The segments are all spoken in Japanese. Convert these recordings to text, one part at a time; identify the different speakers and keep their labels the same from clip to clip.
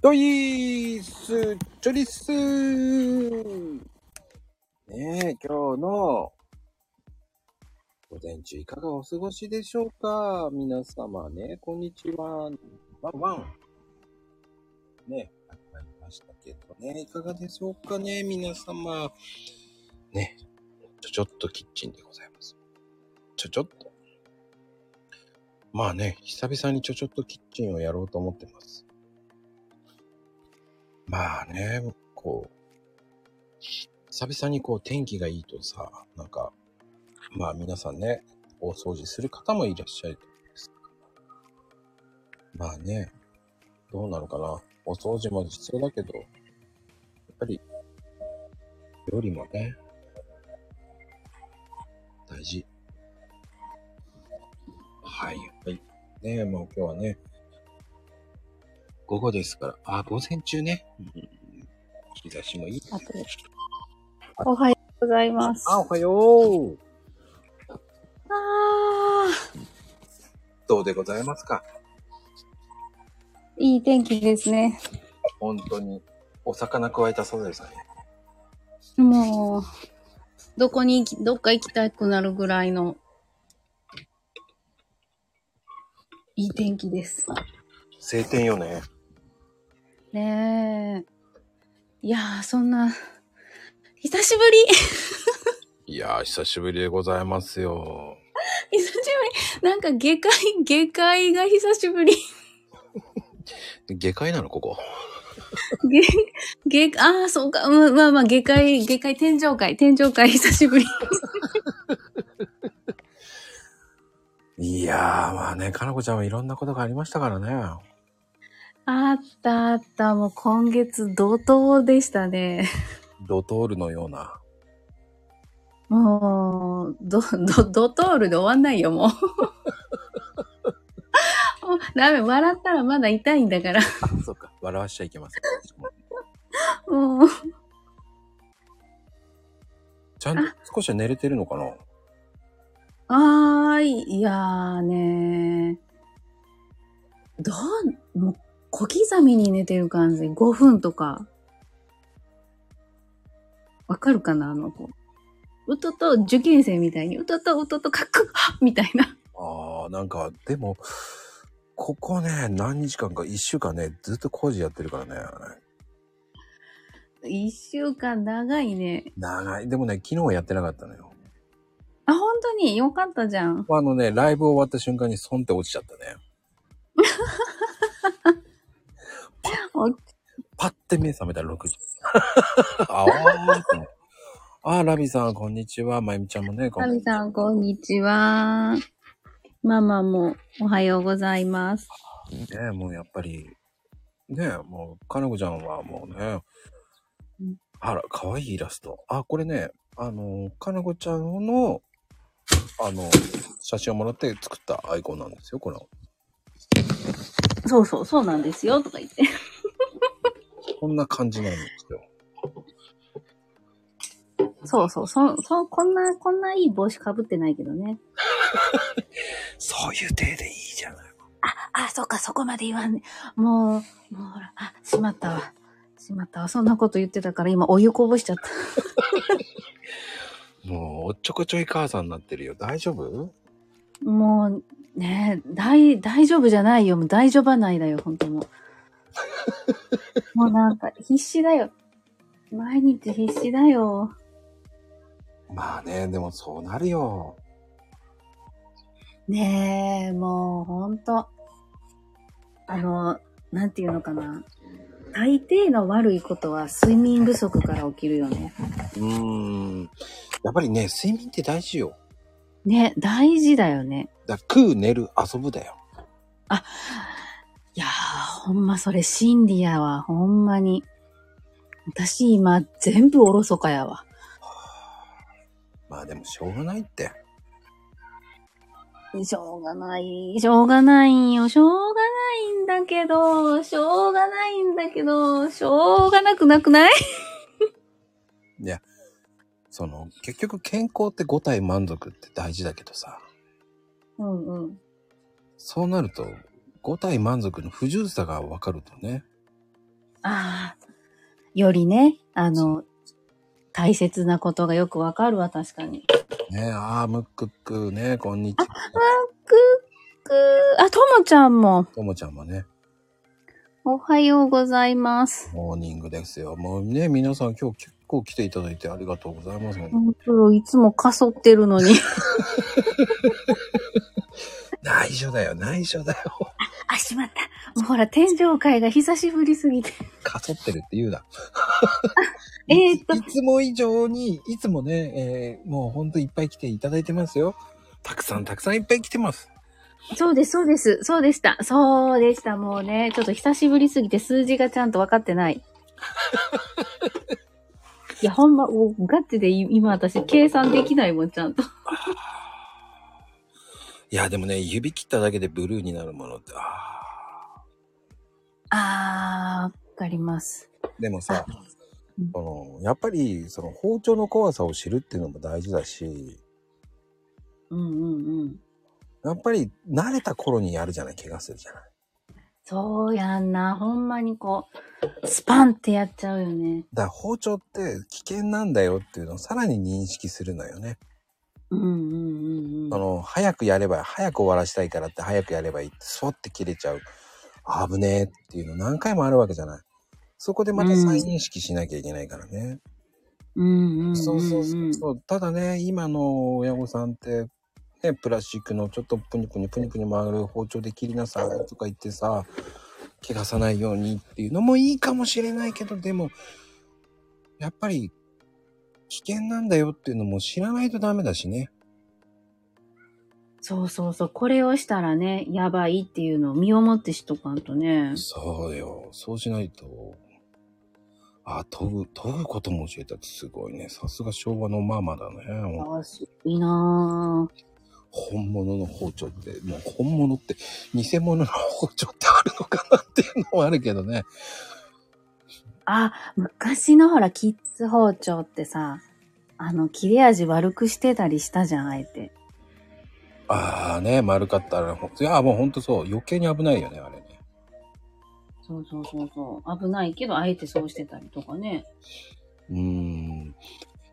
Speaker 1: ドイースチョリスねえ、今日の午前中いかがお過ごしでしょうか皆様ね、こんにちは。ワンワン。ねえ、始まりましたけどね、いかがでしょうかね皆様。ねちょちょっとキッチンでございます。ちょちょっと。まあね、久々にちょちょっとキッチンをやろうと思ってます。まあね、こう、久々にこう天気がいいとさ、なんか、まあ皆さんね、お掃除する方もいらっしゃると思うんですけどまあね、どうなのかな。お掃除も必要だけど、やっぱり、料理もね、大事。はい、はい。ねえ、もう今日はね、午後ですから、あ、午前中ね、うん日差しもいいです
Speaker 2: あとおはようございます。
Speaker 1: あ、おはよう。
Speaker 2: あ
Speaker 1: どうでございますか
Speaker 2: ー、いい天気ですね。
Speaker 1: 本当に。お魚加えたそうですね。
Speaker 2: もう、どこに行き、どっか行きたくなるぐらいの、いい天気です。
Speaker 1: 晴天よね。
Speaker 2: ねえ。いやー、そんな、久しぶ
Speaker 1: いやー、久しぶりでございますよ。
Speaker 2: り 久しぶりなんか下界、下界が久しぶり。
Speaker 1: 下界なのここ。
Speaker 2: 下、下、ああ、そうか、うん、まあまあ、下界、下界、天上界、天上界久しぶり。
Speaker 1: いやー、まあね、かなこちゃんはいろんなことがありましたからね。
Speaker 2: あったあった、もう今月怒涛でしたね。
Speaker 1: ドトールのような。
Speaker 2: もう、ど、ど、ドトールで終わんないよ、もう。もうダメ、笑ったらまだ痛いんだから。
Speaker 1: あ、 そうか。笑わしちゃいけません。
Speaker 2: もう、
Speaker 1: ちゃんと少しは寝れてるのかな
Speaker 2: あーい、いやーねー。どう、もう、小刻みに寝てる感じ。5分とか。わかるかな、あの子。うとと受験生みたいに、うととうととかく、はっみたいな。
Speaker 1: あー、なんか、でも、ここね、何日間か、一週間ね、ずっと工事やってるからね。
Speaker 2: 一週間長いね。
Speaker 1: 長い。でもね、昨日はやってなかったのよ。
Speaker 2: あ、本当によかったじゃん。
Speaker 1: あのね、ライブ終わった瞬間にソンって落ちちゃったね。 パッて目覚めたら6時。ああ、あーラビさん、こんにちは。まゆみちゃんもね、こ
Speaker 2: タ
Speaker 1: んに
Speaker 2: ミ
Speaker 1: ちは。
Speaker 2: さん、こんにちは。ママもおはようございます。
Speaker 1: ね、もうやっぱり、ね、もう、かなこちゃんはもうね
Speaker 2: うん、
Speaker 1: あら、かわいいイラスト。あ、これね、あの、かなこちゃんの、あの、写真をもらって作ったアイコンなんですよ、これ。
Speaker 2: そうそう、そうなんですよ、とか言って。
Speaker 1: こんな感じなんですよ。
Speaker 2: そうそう、そう、そう、こんな、こんないい帽子かぶってないけどね。
Speaker 1: そういう体でいいじゃない。
Speaker 2: あ、そっか、そこまで言わんね。もう、もうほら、あ、しまったわ。しまったわ。そんなこと言ってたから今お湯こぼしちゃった。
Speaker 1: もう、おっちょこちょい母さんになってるよ。大丈夫
Speaker 2: もう、ねえ、大、大丈夫じゃないよ。もう大丈夫ないだよ、本当もう。もうなんか、必死だよ。毎日必死だよ。
Speaker 1: まあね、でもそうなるよ。
Speaker 2: ねえ、もう、ほんと。あの、なんていうのかな。大抵の悪いことは睡眠不足から起きるよね。
Speaker 1: うーん。やっぱりね、睡眠って大事よ。
Speaker 2: ね、大事だよね。
Speaker 1: だから食う、寝る、遊ぶだよ。
Speaker 2: いやー、ほんまそれ真理やわ。ほんまに。私今、全部おろそかやわ。
Speaker 1: まあでもしょうがないって。
Speaker 2: しょうがない。しょうがないんよ。しょうがないんだけど、しょうがないんだけど、しょうがなくなくない
Speaker 1: その、結局健康って五体満足って大事だけどさ。
Speaker 2: うんうん。
Speaker 1: そうなると、五体満足の不自由さがわかるとね。
Speaker 2: ああ、よりね、あの、大切なことがよくわかるわ、確かに。
Speaker 1: ねああ、ムックックね、こんにちは。
Speaker 2: くっくーあ、ともちゃんも、
Speaker 1: ともちゃんもね、
Speaker 2: おはようございます。
Speaker 1: モーニングですよ。もうね、皆さん今日結構来ていただいてありがとうございます。
Speaker 2: 本当いつもかそってるのに。
Speaker 1: 内緒だよ、内緒だよ。
Speaker 2: あ、しまった。もうほら、天上界が久しぶりすぎて。
Speaker 1: かそってるって言うな。
Speaker 2: えーっと
Speaker 1: いつも以上に、いつもね、えーもうほんといっぱい来ていただいてますよ。たくさんたくさんいっぱい来てます。
Speaker 2: そうです、そうです。そうでした。そうでした。もうね、ちょっと久しぶりすぎて数字がちゃんと分かっ てない。いや、ほんま、おガチでい今私計算できないもん、ちゃんと。
Speaker 1: いや、でもね、指切っただけでブルーになるものって、あ
Speaker 2: あー、わかります。
Speaker 1: ーでもさ
Speaker 2: うん、
Speaker 1: このやっぱりその包丁の怖さを知るっていうのも大事だし、
Speaker 2: うんうんうん。
Speaker 1: やっぱり慣れた頃にやるじゃない、怪我するじゃない。
Speaker 2: そうやんな。ほんまにこう、スパンってやっちゃうよね。
Speaker 1: だから包丁って危険なんだよっていうのをさらに認識するのよね。
Speaker 2: うんうんうんうん。
Speaker 1: あの、早くやれば、早く終わらしたいからって早くやればいいって、スポッて切れちゃう。危ねえっていうの何回もあるわけじゃない。そこでまた再認識しなきゃいけないからね。
Speaker 2: うんうんうんうん。
Speaker 1: そうそうそうそう。ただね、今の親御さんって、ね、プラスチックのちょっとプニプニプニプニ回る包丁で切りなさいとか言ってさ、怪我さないようにっていうのもいいかもしれないけど、でも、やっぱり、危険なんだよっていうのも知らないとダメだしね。
Speaker 2: そうそうそう。これをしたらね、やばいっていうのを身をもってしとかんとね。
Speaker 1: そうよ。そうしないと。あ、研ぐ、研ぐことも教えたってすごいね。さすが昭和のママだね。もう
Speaker 2: あーすごいなぁ。
Speaker 1: 本物の包丁って、もう本物って、偽物の包丁ってあるのかなっていうのもあるけどね。
Speaker 2: あ、昔のほら、キッズ包丁ってさ、あの、切れ味悪くしてたりしたじゃん、あえて。
Speaker 1: ああね、丸かったら、ほんいや、もうほんとそう。余計に危ないよね、あれね。
Speaker 2: そうそうそうそう。危ないけど、あえてそうしてたりとかね。
Speaker 1: うーん。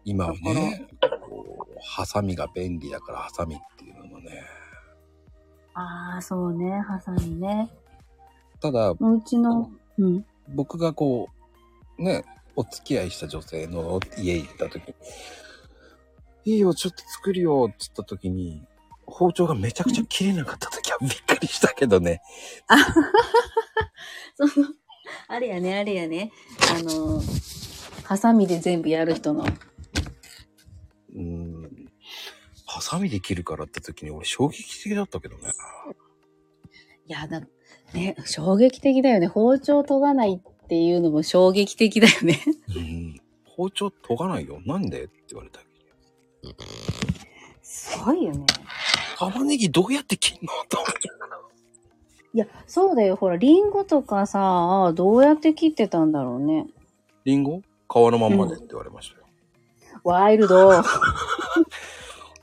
Speaker 1: 今はね、こう、ハサミが便利だから、ハサミっていうのもね。
Speaker 2: ああ、そうね、ハサミね。
Speaker 1: ただ、
Speaker 2: もううちの、うん。
Speaker 1: 僕がこう、ね、お付き合いした女性の家行った時に、いいよ、ちょっと作るよ、って言った時に、包丁がめちゃくちゃ切れなかった時はびっくりしたけどね。
Speaker 2: その、 あれやね、あれやね。あの、ハサミで全部やる人の。
Speaker 1: うーん。ハサミで切るからって時に俺衝撃的だったけどね。
Speaker 2: いや、だ、ね、衝撃的だよね。包丁研がないっていうのも衝撃的だよね。
Speaker 1: うん。包丁研がないよ。なんでって言われたけ
Speaker 2: すごいよね。
Speaker 1: ど。玉ねぎどうやって切んのと思って。
Speaker 2: いや、そうだよ。ほら、リンゴとかさ、どうやって切ってたんだろうね。
Speaker 1: リンゴ皮のまんまでって言われましたよ。
Speaker 2: ワイルド。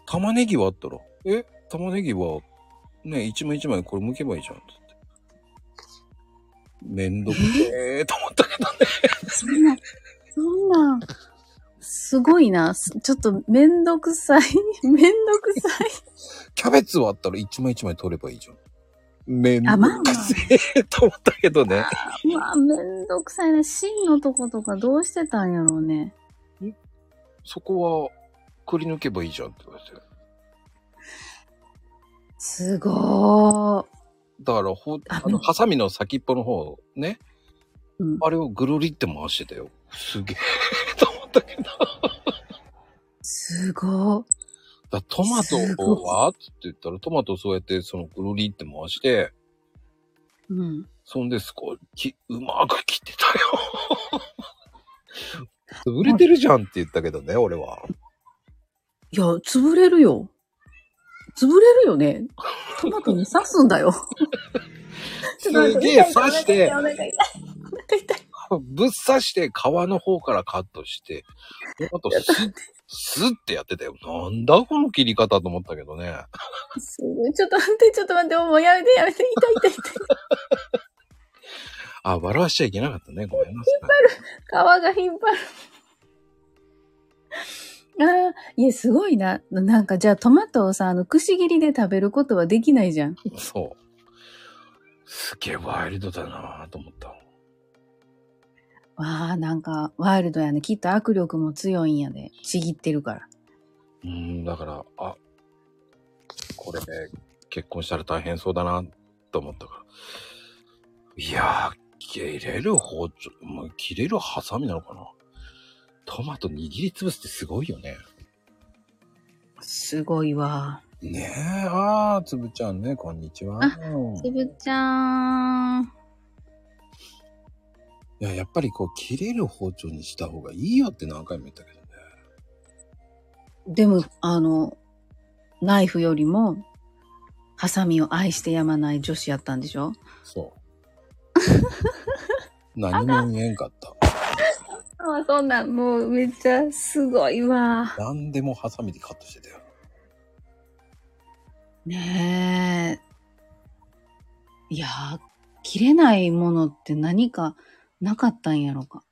Speaker 1: 玉ねぎはあったら、え玉ねぎは、ね、一枚一枚これ剥けばいいじゃん、つって。めんどくせえと思ったけどね。
Speaker 2: そんな、そんな、すごいな。すちょっとめんどくさい。 めんどくさい。
Speaker 1: キャベツはあったら一枚一枚取ればいいじゃん。めんど
Speaker 2: あ、まあま
Speaker 1: くせえと思ったけどね。
Speaker 2: あ、まあ、めんどくさいな。芯のとことかどうしてたんやろうね。
Speaker 1: そこは、くり抜けばいいじゃんって言われて。
Speaker 2: すごー。
Speaker 1: だから、ほ、
Speaker 2: あ
Speaker 1: あの、ハサミの先っぽの方、ね、
Speaker 2: うん、
Speaker 1: あれをぐるりって回してたよ。すげえ と思ったけど。
Speaker 2: すご
Speaker 1: だ
Speaker 2: ー。
Speaker 1: からトマト
Speaker 2: すごい
Speaker 1: はって言ったら、トマトをそうやって、そのぐるりって回して、
Speaker 2: うん。
Speaker 1: そんで、すこき、うまく切ってたよ。潰れてるじゃんって言ったけどね、俺は。
Speaker 2: いや、潰れるよ。潰れるよね。トマトに刺すんだよ。
Speaker 1: すげえ刺して
Speaker 2: お、腹痛い。お腹痛い。
Speaker 1: ぶっ刺して、皮の方からカットして、あと、す、すってやってたよ。なんだこの切り方と思ったけどね。
Speaker 2: すごい。ちょっと待って、ちょっと待って、もうやめて、やめて、痛い痛い痛い。
Speaker 1: あ、笑わしちゃいけなかったね。ごめんなさい。
Speaker 2: 皮が引っ張る。ああ、いや、すごいな。なんか、じゃあトマトをさ、あの、くし切りで食べることはできないじゃん。
Speaker 1: そう。すげえワイルドだなぁと思った。
Speaker 2: わあ、なんか、ワイルドやね。きっと握力も強いんやで。ちぎってるから。
Speaker 1: うん、だから、あ、これ、結婚したら大変そうだなと思ったから。いやー、切れる包丁、もう切れるハサミなのかなトマト握りつぶすってすごいよね。
Speaker 2: すごいわ。
Speaker 1: ねえ、あー、つぶちゃんね、こんにちは。
Speaker 2: あつぶちゃーん。
Speaker 1: いや、やっぱりこう、切れる包丁にした方がいいよって何回も言ったけどね。
Speaker 2: でも、あの、ナイフよりも、ハサミを愛してやまない女子やったんでしょ
Speaker 1: そう。何も見えんかった。
Speaker 2: ああ、そんなん、もうめっちゃすごいわ。
Speaker 1: 何でもハサミでカットしてたよ。
Speaker 2: ねえ。いやー、切れないものって何かなかったんやろか。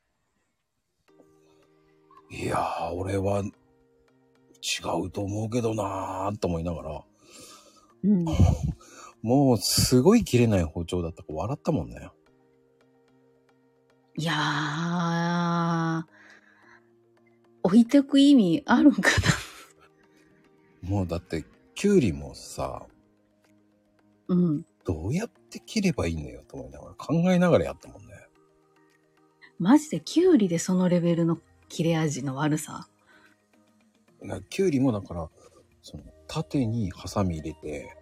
Speaker 1: いやー、俺は違うと思うけどなーと思いながら、
Speaker 2: うん。
Speaker 1: もうすごい切れない包丁だったから笑ったもんね。
Speaker 2: いやー、置いてく意味あるんか
Speaker 1: もうだって、キュウリもさ、
Speaker 2: な。 うん。
Speaker 1: どうやって切ればいいのよと思いながら考えながらやったもんね。
Speaker 2: マジでキュウリでそのレベルの切れ味の悪さ。
Speaker 1: なキュウリもだから、その縦にハサミ入れて、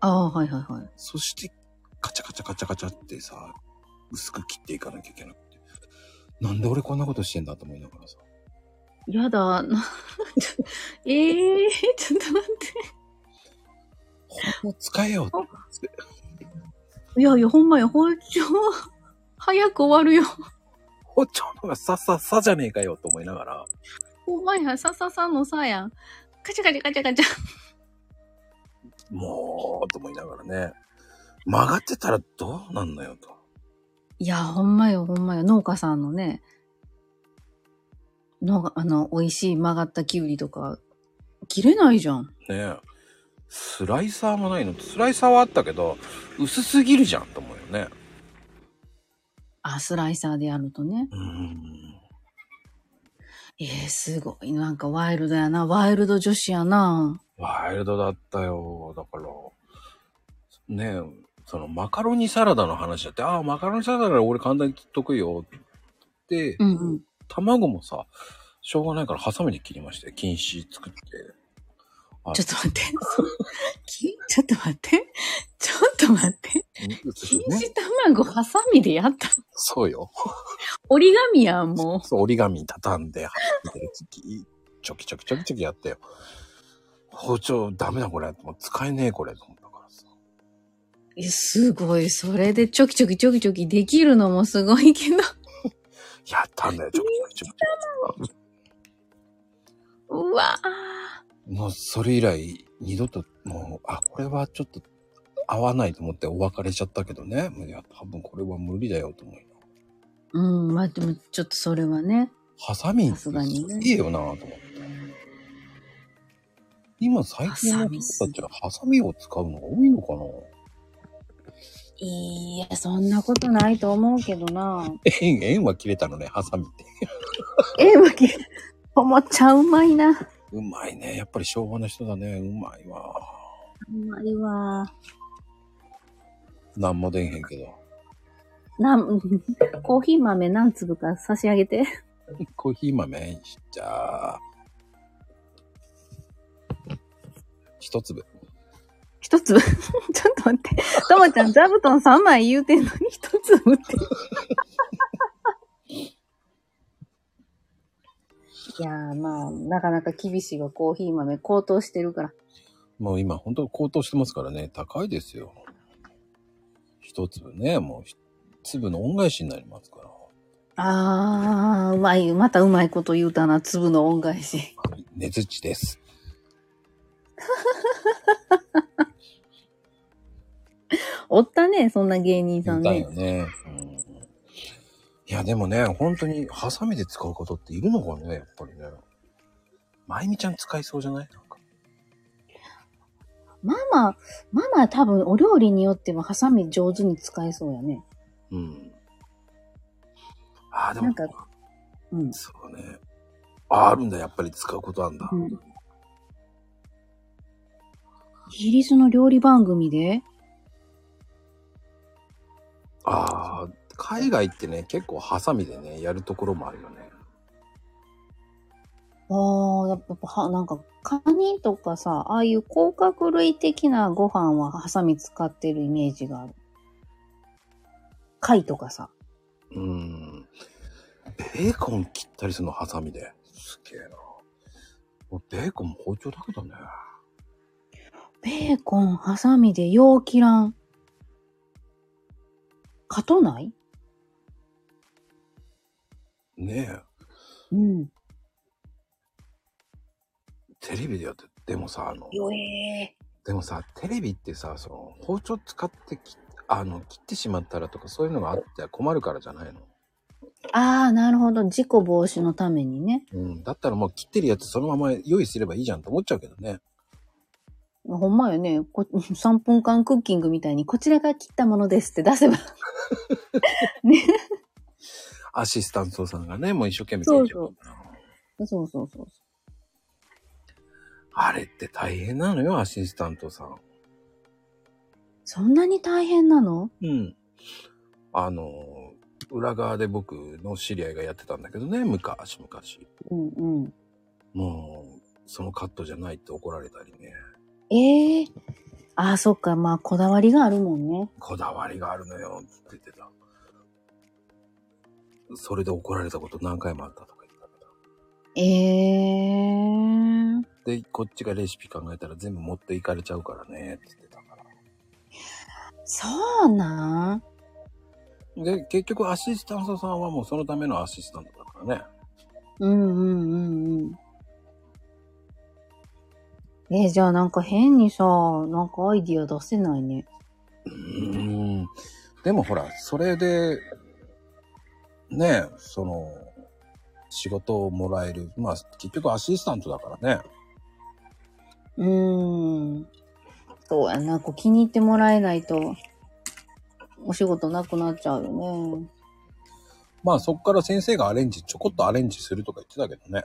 Speaker 2: ああ、はいはいはい。
Speaker 1: そしてカチャカチャカチャカチャってさ、薄く切っていかなきゃいけなくて。なんで俺こんなことしてんだと思いながらさ。
Speaker 2: やだ、 な、ちょええちょっと待って。
Speaker 1: ほんと使えよって。
Speaker 2: いやいや、ほんまや、包丁、早く終わるよ。
Speaker 1: 包丁の方がさっさっさじゃねえかよと思いながら。
Speaker 2: ほんまや、さささのさやん。カチャカチャカチャカチャ。
Speaker 1: もう、と思いながらね。曲がってたらどうなんのよと。
Speaker 2: いや、ほんまよ、ほんまよ。農家さんのね、農家、あの、美味しい曲がったきゅうりとか、切れないじゃん。
Speaker 1: ねえ。スライサーもないのスライサーはあったけど、薄すぎるじゃんと思うよね。
Speaker 2: あ、スライサーでやるとね。
Speaker 1: うん。
Speaker 2: ええすごい。なんかワイルドやな。ワイルド女子やな。
Speaker 1: ワイルドだったよ。だから、ねえ、そのマカロニサラダの話だって、ああ、マカロニサラダなら俺簡単に得意よって、
Speaker 2: うんうん。
Speaker 1: 卵もさ、しょうがないからハサミで切りまして、禁止作って。
Speaker 2: ちょっと待って。 きちょっと待って。ちょっと待って。
Speaker 1: 禁
Speaker 2: 錦糸卵ハサミでやった。
Speaker 1: そうよ。
Speaker 2: 折り紙やん、も
Speaker 1: そう、折り紙畳んで、はっつけてちょきちょきちょきちょきやってよ。包丁ダメだこれ。もう使えねえこれ。と思ったからさ。
Speaker 2: う。えすごい。それでちょきちょきちょきちょきできるのもすごいけど。
Speaker 1: やったんだよ、ちょきちょきちょきちょ
Speaker 2: うわ
Speaker 1: き。もうそれ以来、二度と、もう、あ、これはちょっと合わないと思ってお別れしちゃったけどね。もういや、多分これは無理だよと思いな。
Speaker 2: うん、まあでもちょっとそれはね。
Speaker 1: ハサミ
Speaker 2: さすがにね
Speaker 1: いいよなと思って。今最近の人たちはハサミを使うのが多いのかない
Speaker 2: や、そんなことないと思うけどな。
Speaker 1: 縁、縁は切れたのね、ハサミって。
Speaker 2: え、むき、おもちゃうまいな。う
Speaker 1: うまいね。やっぱり昭和の人だね。うまいわ。
Speaker 2: まいわ。
Speaker 1: なんも出んへんけど。
Speaker 2: なん、 コーヒー豆何粒か差し上げて。
Speaker 1: コーヒー豆、じゃあ、一粒。
Speaker 2: 一粒。ち ょっと待って。ともちゃん、座布団3枚言うてんのに一粒って。 いやーまあ、なかなか厳しいわ、コーヒー豆。高騰してるから。
Speaker 1: もう今、本当高騰してますからね。高いですよ。一粒ね。もうひ、粒の恩返しになりますから。
Speaker 2: あー、うまい。またうまいこと言うたな、粒の恩返し。
Speaker 1: はい根づちです。
Speaker 2: 美おったね、そんな芸人さん
Speaker 1: いた
Speaker 2: ね
Speaker 1: よ。ね。うんいや、でもね、本当に、ハサミで使う方っているのかね、やっぱりね。まゆみちゃん使いそうじゃないなんか。
Speaker 2: ママ、ママ多分お料理によってはハサミ上手に使えそうやね。
Speaker 1: うん。ああ、で
Speaker 2: な
Speaker 1: も
Speaker 2: ん、かうん。
Speaker 1: そうね。ああるんだ、やっぱり使うことあんだ。
Speaker 2: うんイギリスの料理番組で
Speaker 1: ああ、海外ってね、結構ハサミでね、やるところもあるよね。
Speaker 2: ああ、やっぱは、なんか、カニとかさ、ああいう甲殻類的なご飯はハサミ使ってるイメージがある。貝とかさ。
Speaker 1: うん。ベーコン切ったりするの、ハサミで。すげえな。俺ベーコンも包丁だけどね。
Speaker 2: ベーコン、ハサミでよう切らん。勝とない
Speaker 1: ねえ。
Speaker 2: うん。
Speaker 1: テレビでやってでもさあの
Speaker 2: よえ
Speaker 1: でもさテレビってさその包丁使ってきあの切ってしまったらとかそういうのがあっては困るからじゃないの、
Speaker 2: ー。ああ、なるほど。事故防止のためにね。
Speaker 1: うん、だったらもう切ってるやつそのまま用意すればいいじゃんと思っちゃうけどね
Speaker 2: ほんまよね。こ3分間クッキングみたいに、こちらが切ったものですって出せば。
Speaker 1: アシスタントさんがねもう一生懸命
Speaker 2: そう
Speaker 1: 切ってる
Speaker 2: そうそうそう。
Speaker 1: あれって大変なのよアシスタントさん
Speaker 2: そんなに大変なの
Speaker 1: うんあの裏側で僕の知り合いがやってたんだけどね昔昔
Speaker 2: うんうん。
Speaker 1: もうそのカットじゃないって怒られたりね
Speaker 2: ええああ、そっか。まあ、こだわりがあるもんね。
Speaker 1: こだわりがあるのよって言ってた。それで怒られたこと何回もあったとか言ってたけ
Speaker 2: ええ
Speaker 1: ど。で、こっちがレシピ考えたら全部持っていかれちゃうからねって言ってたから。
Speaker 2: そうなん
Speaker 1: で、結局アシスタントさんはもうそのためのアシスタントだからね。
Speaker 2: うんうんうんうん。えーじゃあなんか変にさ、なんかアイディア出せないね。
Speaker 1: うーん。でもほら、それで、ねえ、その、仕事をもらえる。まあ、結局アシスタントだからね。
Speaker 2: うーん。そうやな。こう気に入ってもらえないと、お仕事なくなっちゃうよね。
Speaker 1: まあ、そっから先生がアレンジ、ちょこっとアレンジするとか言ってたけどね。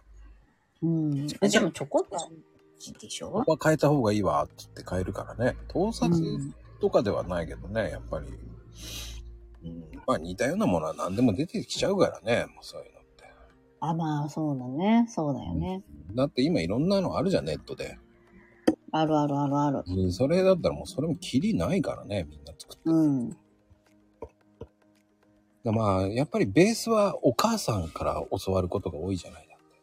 Speaker 2: うん。えでもちょこっとでしょ
Speaker 1: ここは変えた方がいいわって言って変えるからね盗撮とかではないけどね、やっぱり、うん、まあ似たようなものは何でも出てきちゃうからねもうそういうのって
Speaker 2: あ、まあそうだね。そうだよね。
Speaker 1: だって今いろんなのあるじゃんネットで、
Speaker 2: あるあるあるある。
Speaker 1: うん、それだったらもうそれもキリないからねみんな作ってる、
Speaker 2: うん。
Speaker 1: だまあやっぱりベースはお母さんから教わることが多いじゃないだって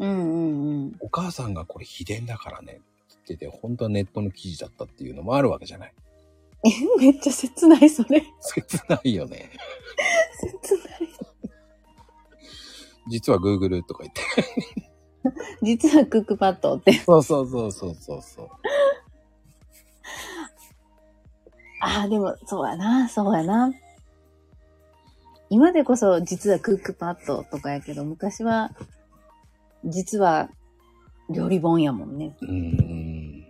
Speaker 2: うんうんうん。
Speaker 1: お母さんがこれ秘伝だからねって言ってて本当はネットの記事だったっていうのもあるわけじゃない
Speaker 2: え、 めっちゃ切ない、それ。
Speaker 1: 切ないよね
Speaker 2: 切ない。
Speaker 1: 実は Google とか言って
Speaker 2: 実はクックパッドって。
Speaker 1: そうそうそうそうそうそう
Speaker 2: ああ、でも、そうやな、そうやな。今でこそ、実はクックパッドとかやけど、昔は、実は、料理本やもんね。
Speaker 1: うーん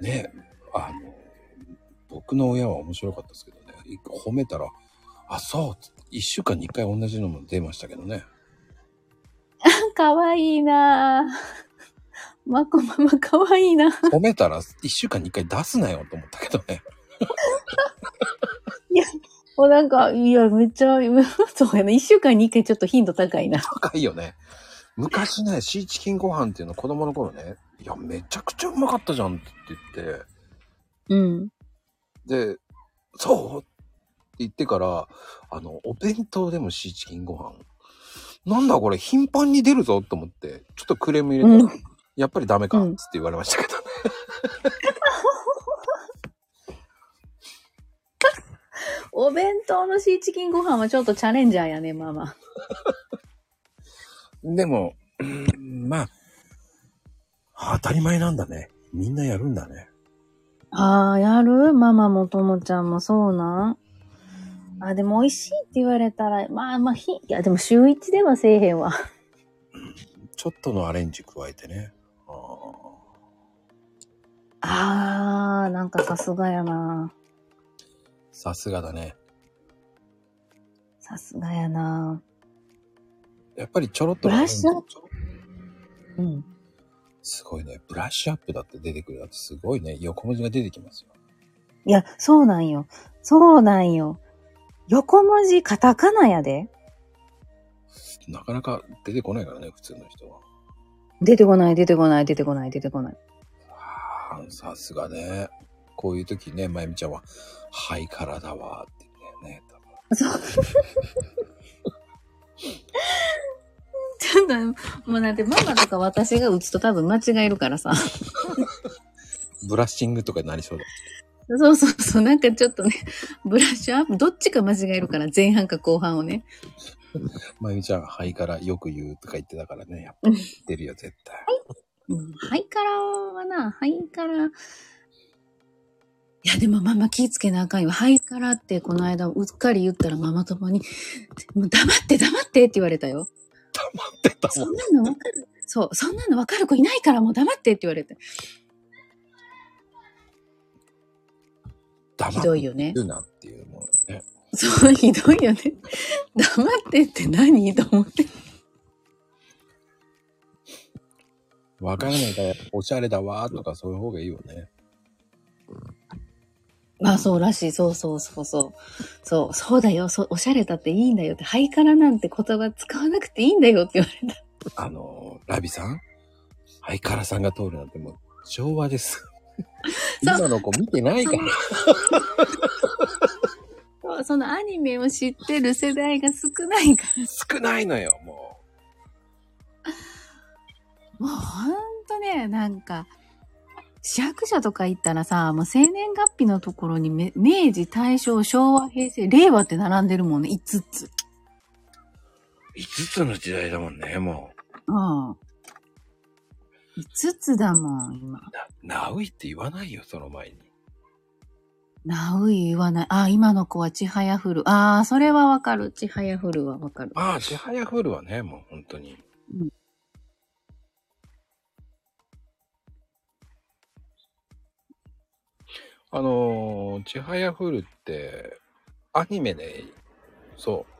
Speaker 1: ねあの、僕の親は面白かったですけどね、一個褒めたら、あ、そうっつって一週間に一回同じのも出ましたけどね。
Speaker 2: かわいいな ぁ。まこママかわいいな
Speaker 1: 褒めたら一週間に一回出すなよと思ったけどね。
Speaker 2: もうなんか、いや、めっちゃ、 そうやな。一週間に一回ちょっと頻度高いな。
Speaker 1: 高いよね。昔ね、シーチキンご飯っていうの子供の頃ね、いや、めちゃくちゃうまかったじゃんって言って、
Speaker 2: うん。
Speaker 1: で、そうって言ってから、あの、お弁当でもシーチキンご飯。なんだこれ、頻繁に出るぞと思って、ちょっとクレーム入れたら、
Speaker 2: うん
Speaker 1: やっぱりダメか、
Speaker 2: う
Speaker 1: つっ
Speaker 2: ん
Speaker 1: て言われましたけどね。
Speaker 2: お弁当のシーチキンご飯はちょっとチャレンジャーやね、ママ。
Speaker 1: でも、うーんまあ、当たり前なんだね。みんなやるんだね。
Speaker 2: ああ、やるママもともちゃんもそうなんあ、でも美味しいって言われたら、まあまあ、ひ、いや、でも週1ではせえへんわ。
Speaker 1: ちょっとのアレンジ加えてね。あー
Speaker 2: ああ、なんかさすがやな。
Speaker 1: さすがだね。
Speaker 2: さすがやな。
Speaker 1: やっぱりちょろっとの
Speaker 2: ブラッシュアッ
Speaker 1: アレンジ
Speaker 2: うん。
Speaker 1: すごいね。ブラッシュアップだって出てくるだってすごいね。横文字が出てきますよ。
Speaker 2: いや、そうなんよ。そうなんよ。横文字カタカナやで。
Speaker 1: なかなか出てこないからね、普通の人は。
Speaker 2: 出てこない、出てこない、出てこない、出てこない。
Speaker 1: あーさすがね。こういう時ね、まゆみちゃんは、はい、からだわーって言うんだよね。多分
Speaker 2: ちょっと、もうなんて、ママとか私が打つと多分間違えるからさ。
Speaker 1: ブラッシングとかになりそうだ。
Speaker 2: そうそうそう、なんかちょっとね、ブラッシュアップ、どっちか間違えるから、前半か後半をね。
Speaker 1: まゆみちゃん、はいからよく言うとか言ってたからね。やっぱり言ってるよ、絶対。
Speaker 2: うん、はいからはな、はいから。いや、でもママ気ぃつけなあかんよ。はいからって、この間、うっかり言ったらママ友に、もう黙って黙ってって言われたよ。
Speaker 1: 黙ってた
Speaker 2: そ
Speaker 1: もん。
Speaker 2: んなのわかる。そう、そんなのわかる子いないからもう黙ってって言われて。
Speaker 1: 黙って
Speaker 2: ひどいよね
Speaker 1: 言うなっていうもんね。
Speaker 2: そう、ひどいよね。 黙ってって何と思って。
Speaker 1: わからないから、おしゃれだわーとかそういう方がいいよね。
Speaker 2: まあそうらしい。そうそうそうそう。そう、そうだよ。そう、おしゃれだっていいんだよって。ハイカラなんて言葉使わなくていいんだよって言われた。
Speaker 1: あのーラビさんハイカラさんが通るなんてもう昭和です。
Speaker 2: そう
Speaker 1: 今の子見てないから。
Speaker 2: そうそのアニメを知ってる世代が少ないか
Speaker 1: 少ないのよ、も
Speaker 2: ら。もうほんとね、なんか、市役所とか行ったらさ、もう生年月日のところにめ明治、大正、昭和、平成、令和って並んでるもんね。5つ。
Speaker 1: う。5つの時代だもんね、も
Speaker 2: うん。5つだもん、今。
Speaker 1: う。な、ナウイって言わないよ、その前に。
Speaker 2: なうい言わない。あ、今の子はちはやふる。ああ、それはわかる。ちはやふるはわかる。
Speaker 1: まあ、ちはやふるはね、もう本当に。あのー、ちはやふるって、アニメで、そう、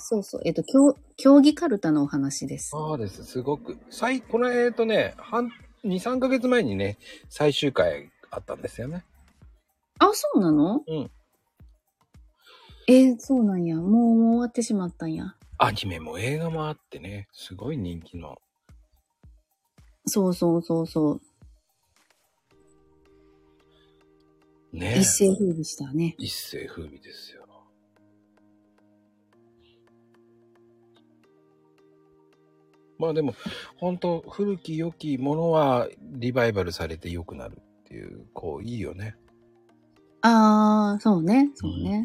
Speaker 2: そうそう。えっと、競競技カルタのお話です。
Speaker 1: そうです、すごく。最、この、えっとね、半、2、3ヶ月前にね、最終回あったんですよね。
Speaker 2: あ、そうなの
Speaker 1: うん。
Speaker 2: えーそうなんや。もう、もう終わってしまったんや。
Speaker 1: アニメも映画もあってね、すごい人気の。
Speaker 2: そうそうそうそう。
Speaker 1: ね
Speaker 2: 一世風靡したね。
Speaker 1: 一世風靡ですよ。まあでも、本当古き良きものはリバイバルされて良くなるっていう、こう、いいよね。
Speaker 2: ああ、そうね。そうね。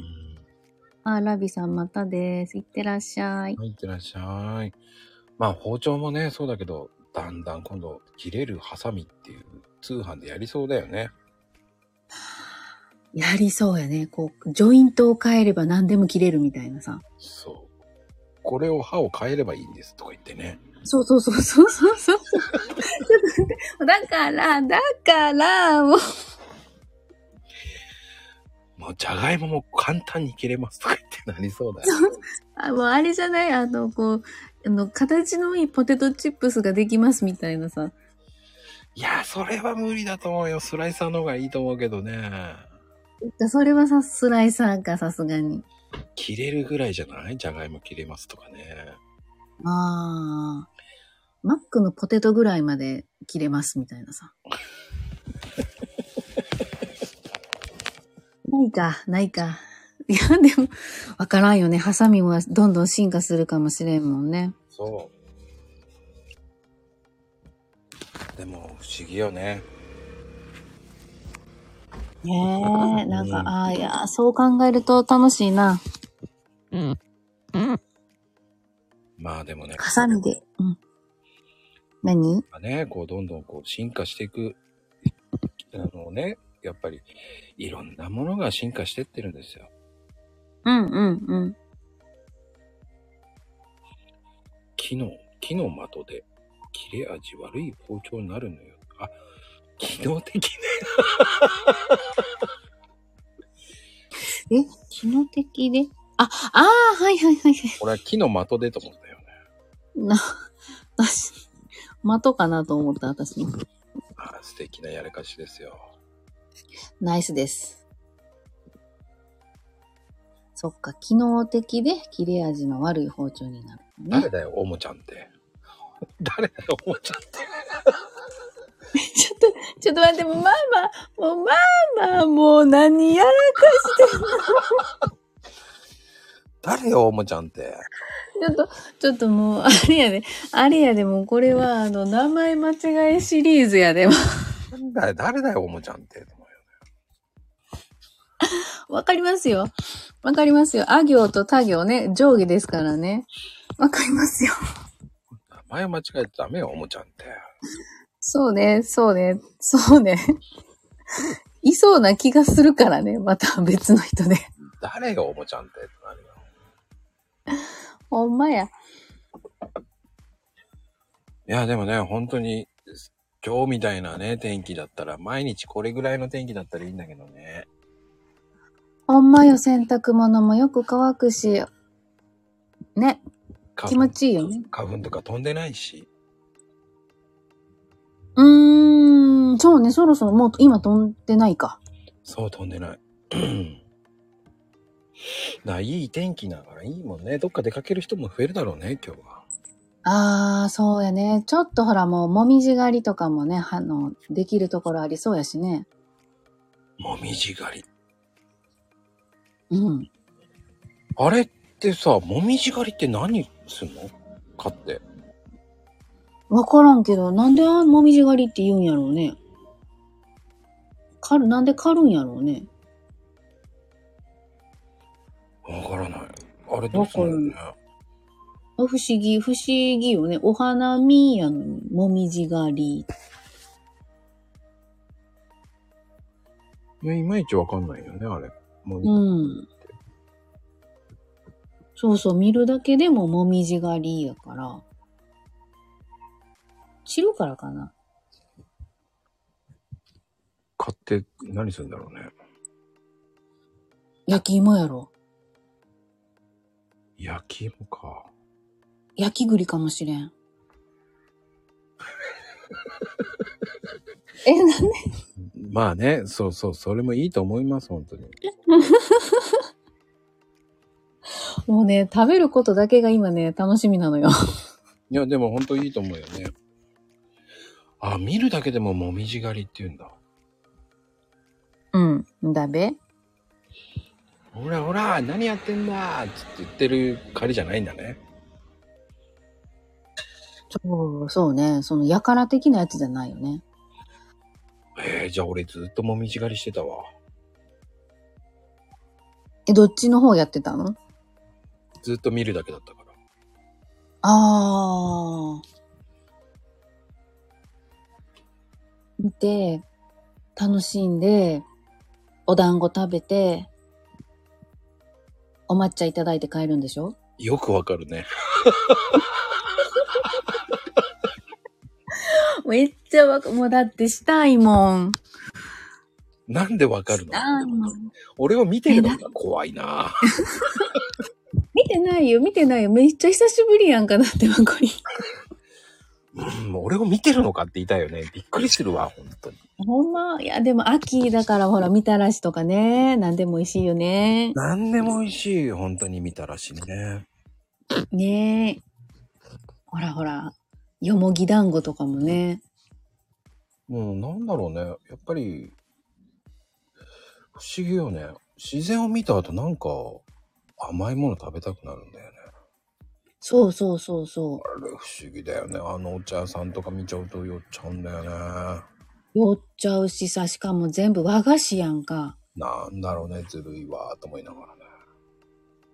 Speaker 2: あーラビさんまたです。いってらっしゃい
Speaker 1: うん。。はい、いってらっしゃい。まあ、包丁もね、そうだけど、だんだん今度、切れるハサミっていう、通販でやりそうだよね。
Speaker 2: やりそうやね。こう、ジョイントを変えれば何でも切れるみたいなさ。
Speaker 1: そう。これを歯を変えればいいんですとか言ってね。
Speaker 2: そうそうそうそうそうそう。ちょっと待って。だから、だから、もう。
Speaker 1: もう、じゃがいもも簡単に切れますとか言ってなりそうだよね。
Speaker 2: あもうあれじゃないあの、こう、あの、形のいいポテトチップスができますみたいなさ。
Speaker 1: いや、それは無理だと思うよ。スライサーの方がいいと思うけどね。
Speaker 2: それはさ、スライサーか、さすがに。
Speaker 1: 切れるぐらいじゃないじゃがいも切れますとかね。
Speaker 2: ああ。マックのポテトぐらいまで切れますみたいなさ。 ないか、ないか。いや、でも、わからんよね。ハサミはどんどん進化するかもしれんもんね。
Speaker 1: そう。でも、不思議よね。
Speaker 2: ねえ、なんか、ああ、いや、そう考えると楽しいな。
Speaker 1: まあでもね。
Speaker 2: ハサミで。うん。何
Speaker 1: ね、こう、どんどんこう、進化していく、あの、もね、やっぱりいろんなものが進化してってるんですよ。
Speaker 2: うんうんうん。
Speaker 1: 木の、木の的で切れ味悪い包丁になるのよ。あ、機能 的ね。
Speaker 2: え、機能的であ、ああ、はいはいはいはい。
Speaker 1: 俺は木の的でと思ったよね。
Speaker 2: な、私、 的かなと思った私も。
Speaker 1: あ素敵なやらかしですよ。
Speaker 2: ナイスです。そっか、機能的で切れ味の悪い包丁になるの
Speaker 1: 誰
Speaker 2: ね。
Speaker 1: だよ、おもちゃんって。 誰だよ、おもちゃんって。
Speaker 2: ちょっと、ちょっと待って、もうママ、もうママ、もう何やらかしてる
Speaker 1: 誰よ、おもちゃんって。
Speaker 2: ちょっと、ちょっともう、あれやで、あれやで、もうこれは、あの、名前間違えシリーズやで、も
Speaker 1: なんだよ、誰だよ、おもちゃんって。と思うよ
Speaker 2: うわかりますよ。わかりますよ。あ行と他行ね、上下ですからね。わかりますよ。
Speaker 1: 名前間違えちゃダメよ、おもちゃんって。
Speaker 2: そうね、そうね、そうね。いそうな気がするからね、また別の人で。
Speaker 1: 誰よ、おもちゃんって。ってなるよ。
Speaker 2: ほんまや。
Speaker 1: いや、でもね、本当に、今日みたいなね、天気だったら、毎日これぐらいの天気だったらいいんだけどね。
Speaker 2: ほんまよ、洗濯物もよく乾くし、ね、
Speaker 1: 花粉
Speaker 2: 気持ちいいよね。
Speaker 1: 花粉とか飛んでないし。
Speaker 2: うーん、そうね、そろそろもう今飛んでないか。
Speaker 1: そう、飛んでない。 うんだからいい天気だからいいもんね。どっか出かける人も増えるだろうね、今日は。
Speaker 2: ああ、そうやね。ちょっとほらもう、もみじ狩りとかもね、あの、できるところありそうやしね。
Speaker 1: もみじ狩り。
Speaker 2: うん。
Speaker 1: あれってさ、もみじ狩りって何すんのかって。
Speaker 2: わからんけど、なんであんもみじ狩りって言うんやろうね。狩る、なんで狩るんやろうね。
Speaker 1: わからない。あれどうすんのね。
Speaker 2: 不思議、不思議よね。お花見やのに、もみじ狩り。
Speaker 1: いや、いまいちわかんないよね、あれ。もみ
Speaker 2: うん。そうそう、見るだけでももみじ狩りやから。知るからかな。
Speaker 1: 買って何するんだろうね。
Speaker 2: 焼き芋やろ。
Speaker 1: 焼き芋か。
Speaker 2: 焼き栗かもしれん。 え、なんで
Speaker 1: まあね、そうそう、それもいいと思います、本当に。
Speaker 2: もうね、食べることだけが今ね、楽しみなのよ。
Speaker 1: いや、でも本当いいと思うよね。あ、見るだけでももみじ狩りって言うんだ。
Speaker 2: うん。だべ
Speaker 1: ほらほら、何やってんだっつって言ってる狩りじゃないんだね。
Speaker 2: そう、そうね。その、やから的なやつじゃないよね。
Speaker 1: えー、じゃあ俺ずっともみじ狩りしてたわ。
Speaker 2: え、どっちの方やってたの
Speaker 1: ずっと見るだけだったから。
Speaker 2: ああ。見て、楽しんで、お団子食べて、お抹茶いただいて帰るんでしょ
Speaker 1: よくわかるね。
Speaker 2: めっちゃわか、もうだってしたいもん。
Speaker 1: なんでわかるの
Speaker 2: あーもう
Speaker 1: 俺を見てるのが怖いな。
Speaker 2: 見てないよ、見てないよ。めっちゃ久しぶりやんかなってばこり。
Speaker 1: うん、俺を見てるのかって言いたいよね。びっくりするわ、本当に。
Speaker 2: ほんま、いや、でも秋だからほら、みたらしとかね、なんでも美味しいよね。
Speaker 1: 何でも美味しい、本当に見たらしいね。
Speaker 2: ねえ。ほらほら、よもぎ団子とかもね。
Speaker 1: もうなんだろうね。やっぱり、不思議よね。自然を見た後なんか甘いもの食べたくなるんだよね。
Speaker 2: そうそうそうそ
Speaker 1: あれ不思議だよね。あのお茶屋さんとか見ちゃうと酔っちゃうんだよね。
Speaker 2: う。酔っちゃうしさ、しかも全部和菓子やんか。
Speaker 1: なんだろうね、ずるいわ、と思いながらね。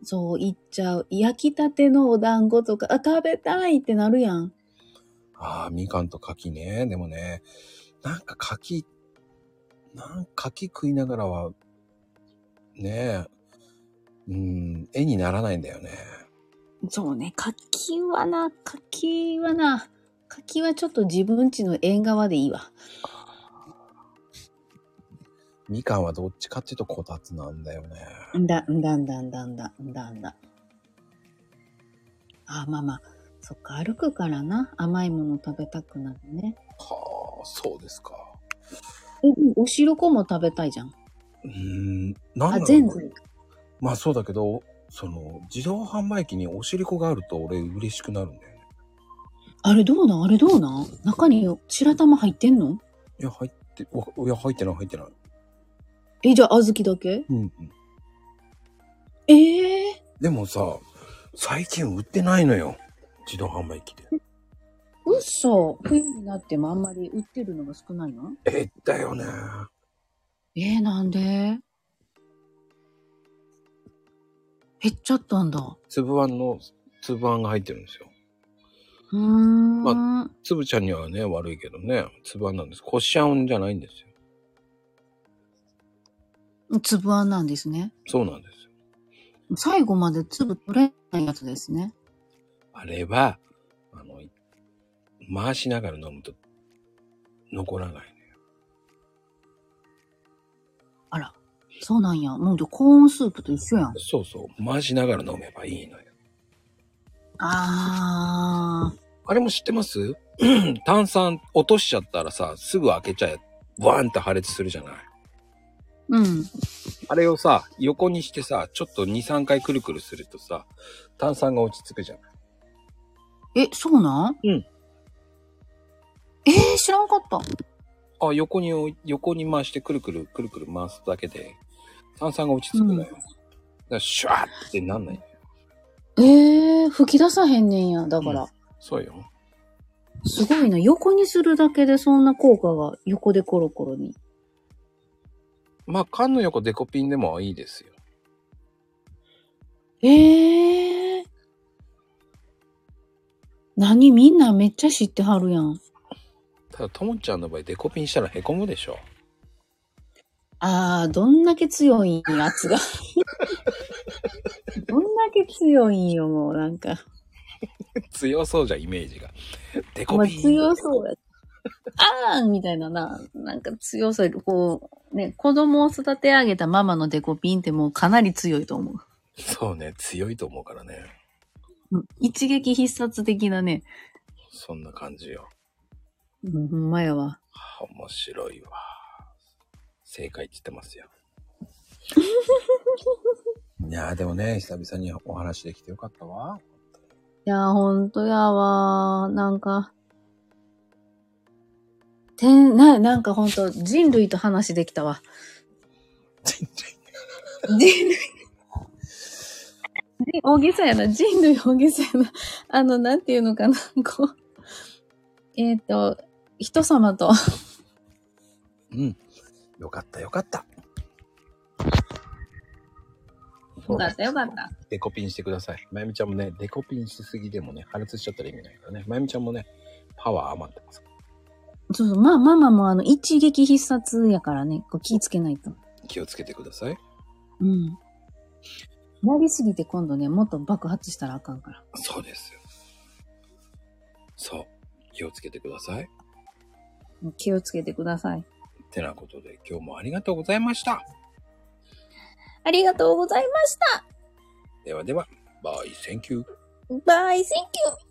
Speaker 2: そう、いっちゃう。焼きたてのお団子とか、あ、食べたいってなるやん。
Speaker 1: ああ、みかんと柿ね。でもね、なんか柿、なんかき食いながらは、ねえ、うん、絵にならないんだよね。
Speaker 2: そうね、柿はな、柿はな、柿はちょっと自分家の縁側でいいわ。
Speaker 1: みかんはどっちかっていうとこたつなんだよね。
Speaker 2: んだ、んだんだんだんだ、んだんだ。あ、まあまあ、そっか、歩くからな、甘いもの食べたくなるね。
Speaker 1: はあ、そうですか。
Speaker 2: え、でもおしるこも食べたいじゃん。
Speaker 1: うーん、なんだ
Speaker 2: あ、
Speaker 1: ろう
Speaker 2: 全部。
Speaker 1: まあそうだけど、その、自動販売機におしりこがあると俺嬉しくなるんだよね。
Speaker 2: あれどうなんあれどうなん中に白玉入ってんの
Speaker 1: いや、入って、わいや、入ってない、入ってない。
Speaker 2: え、じゃあ小豆だけ
Speaker 1: うん、うん。
Speaker 2: ええ
Speaker 1: でもさ、最近売ってないのよ。自動販売機で。
Speaker 2: うっそ冬になってもあんまり売ってるのが少ないの
Speaker 1: えー、だよね。
Speaker 2: ええなんで減っちゃったんだ。
Speaker 1: 粒あんの、粒あんが入ってるんですよ。
Speaker 2: うーん。
Speaker 1: 粒ちゃんにはね、悪いけどね、粒あんなんです。こしあんじゃないんですよ。
Speaker 2: 粒あんなんですね。
Speaker 1: そうなんですよ。
Speaker 2: 最後まで粒取れないやつですね。
Speaker 1: あれは、あの、回しながら飲むと、残らないね。
Speaker 2: あら。そうなんや。もうじゃあコーンスープと一緒やん。
Speaker 1: そうそう。回しながら飲めばいいのよ。
Speaker 2: あー。
Speaker 1: あれも知ってます 炭酸落としちゃったらさ、すぐ開けちゃえ、バーンって破裂するじゃない。
Speaker 2: うん。
Speaker 1: あれをさ、横にしてさ、ちょっと2、3回くるくるするとさ、炭酸が落ち着くじゃない。
Speaker 2: え、そうなん
Speaker 1: うん。
Speaker 2: えー、知らんかった。
Speaker 1: あ、横におい、横に回してくるくる、くるくる回すだけで、炭酸が落ち着くのよ。
Speaker 2: うん
Speaker 1: だからシュワーってなんない。
Speaker 2: えー、吹き出さへんねんや。だから。
Speaker 1: そうよ。
Speaker 2: すごいな。横にするだけでそんな効果が横でコロコロに。
Speaker 1: まあ、缶の横デコピンでもいいですよ。
Speaker 2: ええー。何みんなめっちゃ知ってはるやん。
Speaker 1: ただ、ともちゃんの場合、デコピンしたら凹むでしょ。
Speaker 2: あー、どんだけ強いんやつが。 どんだけ強いんよ、もうなんか。
Speaker 1: 強そうじゃん、イメージが。デコ
Speaker 2: まあ、
Speaker 1: ピン。
Speaker 2: 強そうや。あーみたいなな。なんか強そうや。こう、ね、子供を育て上げたママのデコピンってもうかなり強いと思う。
Speaker 1: そうね、強いと思うからね。
Speaker 2: うん一撃必殺的なね。
Speaker 1: そんな感じよ。
Speaker 2: うん、ほんまやわ。
Speaker 1: あ面白いわ。正解って言ってますよ。いやーでもね、久々にお話できてよかったわ。
Speaker 2: いや、ほんとやわ。なんか、てん、な、なんかほんと、人類と話できたわ。
Speaker 1: 全
Speaker 2: 人類。人大げさやな。人類大げさやな。あの、なんていうのかな。こう。えっ、と、人様と。
Speaker 1: 然。うん。よかったよかった。
Speaker 2: よかった、よかった。
Speaker 1: デコピンしてください。まゆみちゃんもね、デコピンしすぎでもね、破裂しちゃったら意味ないからね。まゆみちゃんもね、パワー余ってます。
Speaker 2: そうそう、まあ、ママもあの、一撃必殺やからね。こう気ぃつけないと。
Speaker 1: 気をつけてください。
Speaker 2: うん。やりすぎて今度ね、もっと爆発したらあかんから。
Speaker 1: そうですよ。そう。気をつけてください。っ
Speaker 2: 気をつけてください。
Speaker 1: てなことで、今日もありがとうございました。
Speaker 2: ありがとうございました。
Speaker 1: ではでは、バイ、センキュー。
Speaker 2: バイ、センキュー。